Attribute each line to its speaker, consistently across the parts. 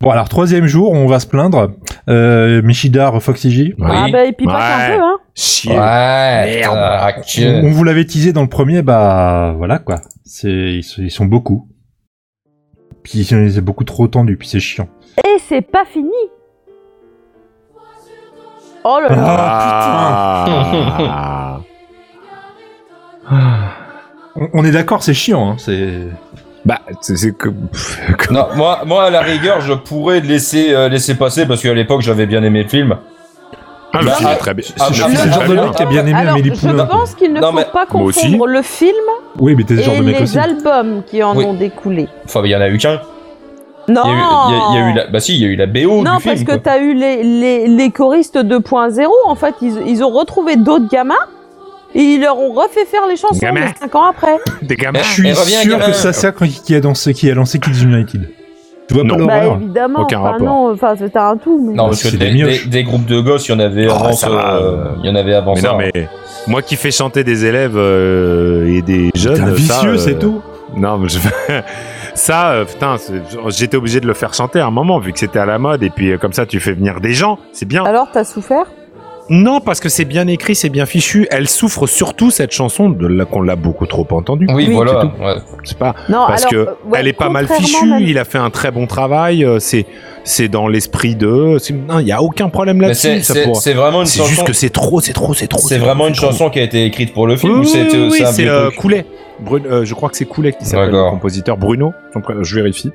Speaker 1: Bon, alors, troisième jour, on va se plaindre. Euh, Michidar, Foxy J.
Speaker 2: Oui.
Speaker 3: Ah bah, il pipote un
Speaker 2: Ouais.
Speaker 3: peu, hein.
Speaker 2: Chier.
Speaker 4: Ouais,
Speaker 2: Merde.
Speaker 4: ah,
Speaker 1: On,
Speaker 4: que-
Speaker 1: on vous l'avait teasé dans le premier, bah voilà quoi. C'est ils, sont- ils sont beaucoup. Puis ils sont- c'est beaucoup trop tendu, puis c'est chiant.
Speaker 3: Et c'est pas fini. Oh là là.
Speaker 2: Ah.
Speaker 1: On, on est d'accord, c'est chiant. Hein, c'est
Speaker 2: bah, c'est- c'est que. pff, que-
Speaker 4: Non, moi, moi, à la rigueur, je pourrais laisser, euh, laisser passer parce qu'à l'époque, j'avais bien aimé le film.
Speaker 2: Ah, le
Speaker 4: Bah,
Speaker 2: film
Speaker 4: ah,
Speaker 2: est très bien.
Speaker 4: ah,
Speaker 2: Le
Speaker 1: je
Speaker 4: bah,
Speaker 1: suis
Speaker 2: film est
Speaker 4: ah,
Speaker 1: le genre
Speaker 2: très
Speaker 1: de
Speaker 4: ah,
Speaker 2: bien.
Speaker 1: mec qui a bien aimé
Speaker 3: Alors,
Speaker 1: Amélie
Speaker 3: je
Speaker 1: Poulain.
Speaker 3: pense qu'il ne
Speaker 4: Non,
Speaker 3: faut
Speaker 4: mais-
Speaker 3: pas
Speaker 2: Moi aussi.
Speaker 3: confondre le film
Speaker 1: Oui, mais t'es ce
Speaker 3: et
Speaker 1: genre de mec
Speaker 3: les
Speaker 1: aussi.
Speaker 3: albums qui en
Speaker 4: Oui.
Speaker 3: ont découlé.
Speaker 4: Enfin, il y en a eu qu'un.
Speaker 3: Non
Speaker 4: Il y a eu- il y a- il y a eu la, bah si, il y a eu la BO
Speaker 3: Non,
Speaker 4: du film.
Speaker 3: parce que
Speaker 4: quoi.
Speaker 3: t'as eu les, les, les choristes 2.0, en fait, ils, ils ont retrouvé d'autres gamins et ils leur ont refait faire les chansons
Speaker 2: Gamins. Oh,
Speaker 3: mais cinq ans après.
Speaker 2: Des gamins.
Speaker 4: Eh,
Speaker 1: Je suis
Speaker 4: Et reviens,
Speaker 1: sûr que
Speaker 4: gamin.
Speaker 1: ça sert qui qui a dansé, qui a lancé Kids United. Tu vois
Speaker 2: Non.
Speaker 1: pas
Speaker 3: bah
Speaker 1: l'horreur
Speaker 3: évidemment,
Speaker 2: Aucun
Speaker 3: enfin
Speaker 2: rapport.
Speaker 3: non, enfin c'était un tout. Mais...
Speaker 2: Bah,
Speaker 4: Non, parce que
Speaker 1: C'est
Speaker 4: des,
Speaker 1: des mioches.
Speaker 4: des- des groupes de gosses, il y en avait
Speaker 2: Oh,
Speaker 4: avant.
Speaker 2: ça
Speaker 4: euh,
Speaker 2: va, euh,
Speaker 4: Il y en avait avant
Speaker 2: Mais
Speaker 4: ça.
Speaker 2: non, mais moi qui fais chanter des élèves euh, et des jeunes.
Speaker 1: T'es un
Speaker 2: ça,
Speaker 1: vicieux,
Speaker 2: euh,
Speaker 1: c'est tout.
Speaker 2: Non, mais je... ça, euh, putain, c'est- j'étais obligé de le faire chanter à un moment vu que c'était à la mode et puis euh, comme ça tu fais venir des gens, c'est bien.
Speaker 3: Alors t'as souffert
Speaker 2: Non, parce que c'est bien écrit, c'est bien fichu. Elle souffre surtout cette chanson de la qu'on l'a beaucoup trop entendue.
Speaker 4: Oui,
Speaker 2: c'est
Speaker 4: voilà.
Speaker 2: tout.
Speaker 4: ouais.
Speaker 2: C'est pas
Speaker 3: Non,
Speaker 2: parce
Speaker 3: alors,
Speaker 2: que
Speaker 3: euh, ouais,
Speaker 2: elle est pas mal
Speaker 3: contrairement
Speaker 2: fichue.
Speaker 3: même-
Speaker 2: Il a fait un très bon travail. euh, C'est c'est dans l'esprit de. c'est- Non, il y a aucun problème
Speaker 4: Mais
Speaker 2: là-dessus.
Speaker 4: c'est-
Speaker 2: ça
Speaker 4: C'est
Speaker 2: pourra-
Speaker 4: c'est vraiment une
Speaker 2: C'est
Speaker 4: chanson.
Speaker 2: juste que c'est trop, c'est trop, c'est trop.
Speaker 4: C'est
Speaker 2: trop,
Speaker 4: vraiment une
Speaker 2: trop.
Speaker 4: chanson qui a été écrite pour le
Speaker 2: Oui,
Speaker 4: film ou
Speaker 2: oui,
Speaker 4: c'était
Speaker 2: oui,
Speaker 4: c'est un
Speaker 2: c'est euh,
Speaker 4: biopic
Speaker 2: Coulet. Brun- euh, je crois que c'est Coulet qui s'appelle le
Speaker 4: D'accord.
Speaker 2: compositeur. Bruno, son prénom, je vérifie.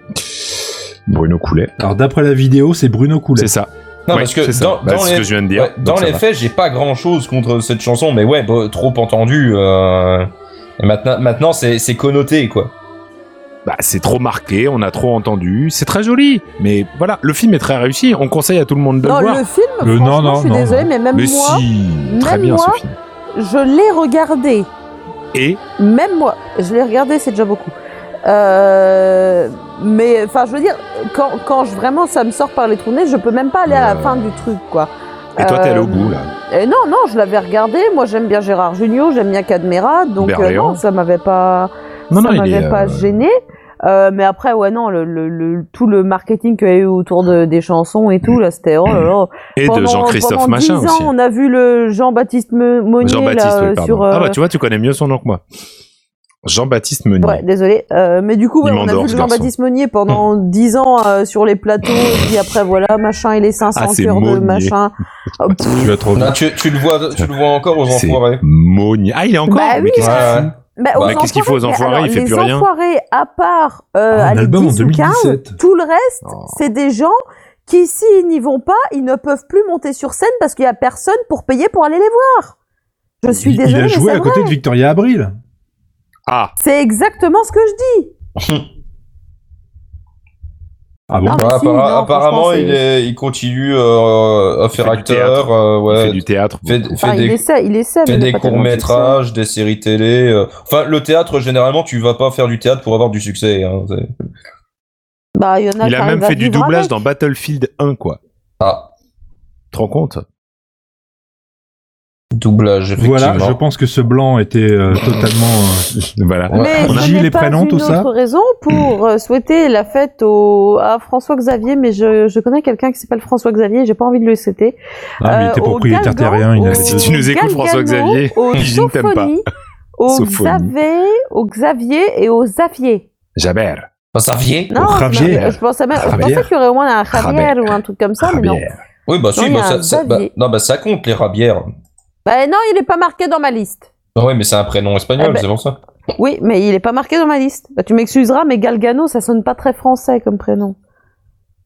Speaker 2: Bruno Coulet.
Speaker 1: Alors d'après la vidéo, c'est Bruno Coulet.
Speaker 2: C'est ça.
Speaker 4: Non,
Speaker 2: Ouais,
Speaker 4: parce que
Speaker 2: c'est ça.
Speaker 4: dans,
Speaker 2: Bah,
Speaker 4: dans
Speaker 2: c'est ce
Speaker 4: les,
Speaker 2: que je viens de dire.
Speaker 4: ouais, dans
Speaker 2: donc ça
Speaker 4: les
Speaker 2: va.
Speaker 4: faits, j'ai pas grand chose contre cette chanson, mais ouais, bah, trop entendu. euh, et maintenant, maintenant c'est c'est connoté, quoi.
Speaker 2: Bah, c'est trop marqué, on a trop entendu. C'est très joli, mais voilà, le film est très réussi. On conseille à tout le monde de
Speaker 3: Non,
Speaker 2: le voir.
Speaker 3: le film,
Speaker 1: Euh, non,
Speaker 3: franchement,
Speaker 1: non,
Speaker 3: je suis
Speaker 1: non,
Speaker 3: désolée,
Speaker 1: non.
Speaker 3: mais même
Speaker 2: Mais
Speaker 3: moi,
Speaker 2: si, très
Speaker 3: même
Speaker 2: bien
Speaker 3: moi.
Speaker 2: ce film.
Speaker 3: je l'ai regardé.
Speaker 2: Et
Speaker 3: Même moi, je l'ai regardé, c'est déjà beaucoup. Euh, mais enfin, je veux dire, quand, quand je, vraiment ça me sort par les trous de nez, je peux même pas aller à la
Speaker 2: Euh.
Speaker 3: fin du truc, quoi.
Speaker 2: Et toi, t'es allé
Speaker 3: Euh,
Speaker 2: au bout, là.
Speaker 3: Et non, non, je l'avais regardé. Moi, j'aime bien Gérard Jugnot, j'aime bien Cadmera, donc euh,
Speaker 2: Berléand.
Speaker 3: non, ça m'avait pas,
Speaker 2: Non,
Speaker 3: ça
Speaker 2: non, il
Speaker 3: m'avait
Speaker 2: est.
Speaker 3: pas
Speaker 2: euh,
Speaker 3: gêné. Euh, mais après, ouais, non, le, le, le- tout le marketing qu'il y a eu autour de, des chansons et tout, là, c'était oh là là.
Speaker 2: Et de
Speaker 3: Pendant-
Speaker 2: Jean-Christophe
Speaker 3: pendant
Speaker 2: Machin
Speaker 3: 10 ans,
Speaker 2: aussi.
Speaker 3: on a vu le Jean-Baptiste Me- Monnier
Speaker 2: Jean-Baptiste,
Speaker 3: là,
Speaker 2: oui,
Speaker 3: euh,
Speaker 2: pardon.
Speaker 3: sur. euh,
Speaker 2: Ah bah, tu vois, tu connais mieux son nom que moi. Jean-Baptiste Meunier.
Speaker 3: Ouais, désolé. Euh, mais du coup, ouais,
Speaker 2: Il
Speaker 3: on a
Speaker 2: m'endort,
Speaker 3: vu
Speaker 2: ce Hmm.
Speaker 3: Jean-Baptiste Monnier pendant 10 ans euh, sur les plateaux, et puis après, voilà, machin, il est 500
Speaker 2: Ah, c'est
Speaker 3: cœurs de
Speaker 2: Monnier.
Speaker 3: machin. Oh, pff,
Speaker 1: Tu vas trop
Speaker 4: Non, tu, tu le vois, tu le vois encore aux
Speaker 2: C'est
Speaker 4: enfoirés.
Speaker 2: Monnier. Ah, il est encore
Speaker 3: Bah
Speaker 2: Mais
Speaker 3: oui.
Speaker 2: qu'est-ce qu'il
Speaker 4: Ouais,
Speaker 2: fout
Speaker 4: ouais.
Speaker 3: bah,
Speaker 4: Bah,
Speaker 3: aux
Speaker 2: qu'est-ce qu'il faut aux enfoirés,
Speaker 3: mais
Speaker 2: il fait
Speaker 3: alors,
Speaker 2: plus
Speaker 3: les
Speaker 2: rien.
Speaker 3: enfoirés, à part euh,
Speaker 1: Ah, un
Speaker 3: allez,
Speaker 1: album en
Speaker 3: 10 ou 15,
Speaker 1: 2017.
Speaker 3: tout le reste,
Speaker 2: Oh.
Speaker 3: c'est des gens qui, s'ils n'y vont pas, ils ne peuvent plus monter sur scène parce qu'il n'y a personne pour payer pour aller les voir. Je suis
Speaker 1: il, il
Speaker 3: désolée,
Speaker 1: a
Speaker 3: mais
Speaker 1: joué
Speaker 3: c'est
Speaker 1: à côté
Speaker 3: vrai.
Speaker 1: de Victoria Abril.
Speaker 2: Ah,
Speaker 3: C'est exactement ce que je dis.
Speaker 1: Ah bon
Speaker 4: Ouais,
Speaker 3: Ah, mais
Speaker 4: appara-
Speaker 3: si, non,
Speaker 4: apparemment,
Speaker 3: franchement, c'est-
Speaker 4: il, est, il continue euh, à faire
Speaker 2: fait du
Speaker 4: acteur,
Speaker 2: théâtre.
Speaker 4: euh,
Speaker 2: il
Speaker 4: ouais,
Speaker 2: fait du théâtre.
Speaker 4: fait-
Speaker 2: beaucoup.
Speaker 4: fait
Speaker 3: Enfin, Ah, il
Speaker 4: des,
Speaker 3: essaie, il essaie. mais
Speaker 4: fait
Speaker 3: il a
Speaker 4: des
Speaker 3: pas tellement de succès.
Speaker 4: courts-métrages, des séries télé. euh. Enfin, le théâtre, généralement, tu vas pas faire du théâtre pour avoir du succès. hein, c'est-
Speaker 3: Bah, il y en a
Speaker 2: Il
Speaker 3: qui
Speaker 2: a même
Speaker 3: arrivent à
Speaker 2: fait du
Speaker 3: vivre
Speaker 2: doublage
Speaker 3: avec.
Speaker 2: dans Battlefield 1, quoi.
Speaker 4: Ah,
Speaker 2: Tu te rends compte
Speaker 4: doublage, effectivement.
Speaker 1: Voilà, je pense que ce blanc était euh, totalement. euh,
Speaker 2: Voilà.
Speaker 4: Ouais.
Speaker 3: Mais
Speaker 1: On a
Speaker 3: je
Speaker 1: dit
Speaker 3: n'ai
Speaker 1: les
Speaker 3: pas
Speaker 1: prénoms,
Speaker 3: une
Speaker 1: tout
Speaker 3: autre
Speaker 1: ça
Speaker 3: raison pour euh, souhaiter la fête au, à François Xavier, mais je, je connais quelqu'un qui s'appelle François Xavier, j'ai pas envie de le citer.
Speaker 1: Ah, mais il
Speaker 3: Euh,
Speaker 1: était
Speaker 3: au
Speaker 1: propriétaire
Speaker 3: Galgan,
Speaker 1: terrien. Il
Speaker 3: au
Speaker 1: avait
Speaker 2: Si tu nous écoutes,
Speaker 3: Galgano,
Speaker 2: François Xavier,
Speaker 3: au
Speaker 2: je ne t'aime pas.
Speaker 3: Sophonie, Au
Speaker 2: Sophonie.
Speaker 3: Xavier, au Xavier et au Xavier.
Speaker 2: Jabert.
Speaker 4: Bah, ça vient.
Speaker 3: Non,
Speaker 1: Au
Speaker 3: je
Speaker 1: Javier.
Speaker 3: m'en- je pensais, même- je
Speaker 2: Javier.
Speaker 3: pensais qu'il y aurait au moins un Javier
Speaker 2: Javier.
Speaker 3: ou un truc comme ça, mais non.
Speaker 2: Jabert.
Speaker 4: Oui, bah
Speaker 3: Non,
Speaker 4: si,
Speaker 3: il y
Speaker 4: bah,
Speaker 3: a un
Speaker 4: ça, ça- bah,
Speaker 3: Xavier.
Speaker 4: non, bah, ça compte, les rabières.
Speaker 3: Bah non, il est pas marqué dans ma liste.
Speaker 4: Ah ouais, mais c'est un prénom espagnol,
Speaker 3: Eh ben-
Speaker 4: c'est pour ça.
Speaker 3: Oui, mais il est pas marqué dans ma liste. Bah, tu m'excuseras, mais Galgano, ça sonne pas très français comme prénom.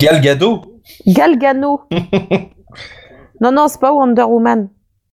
Speaker 4: Galgado
Speaker 3: Galgano. non, non, c'est pas Wonder Woman.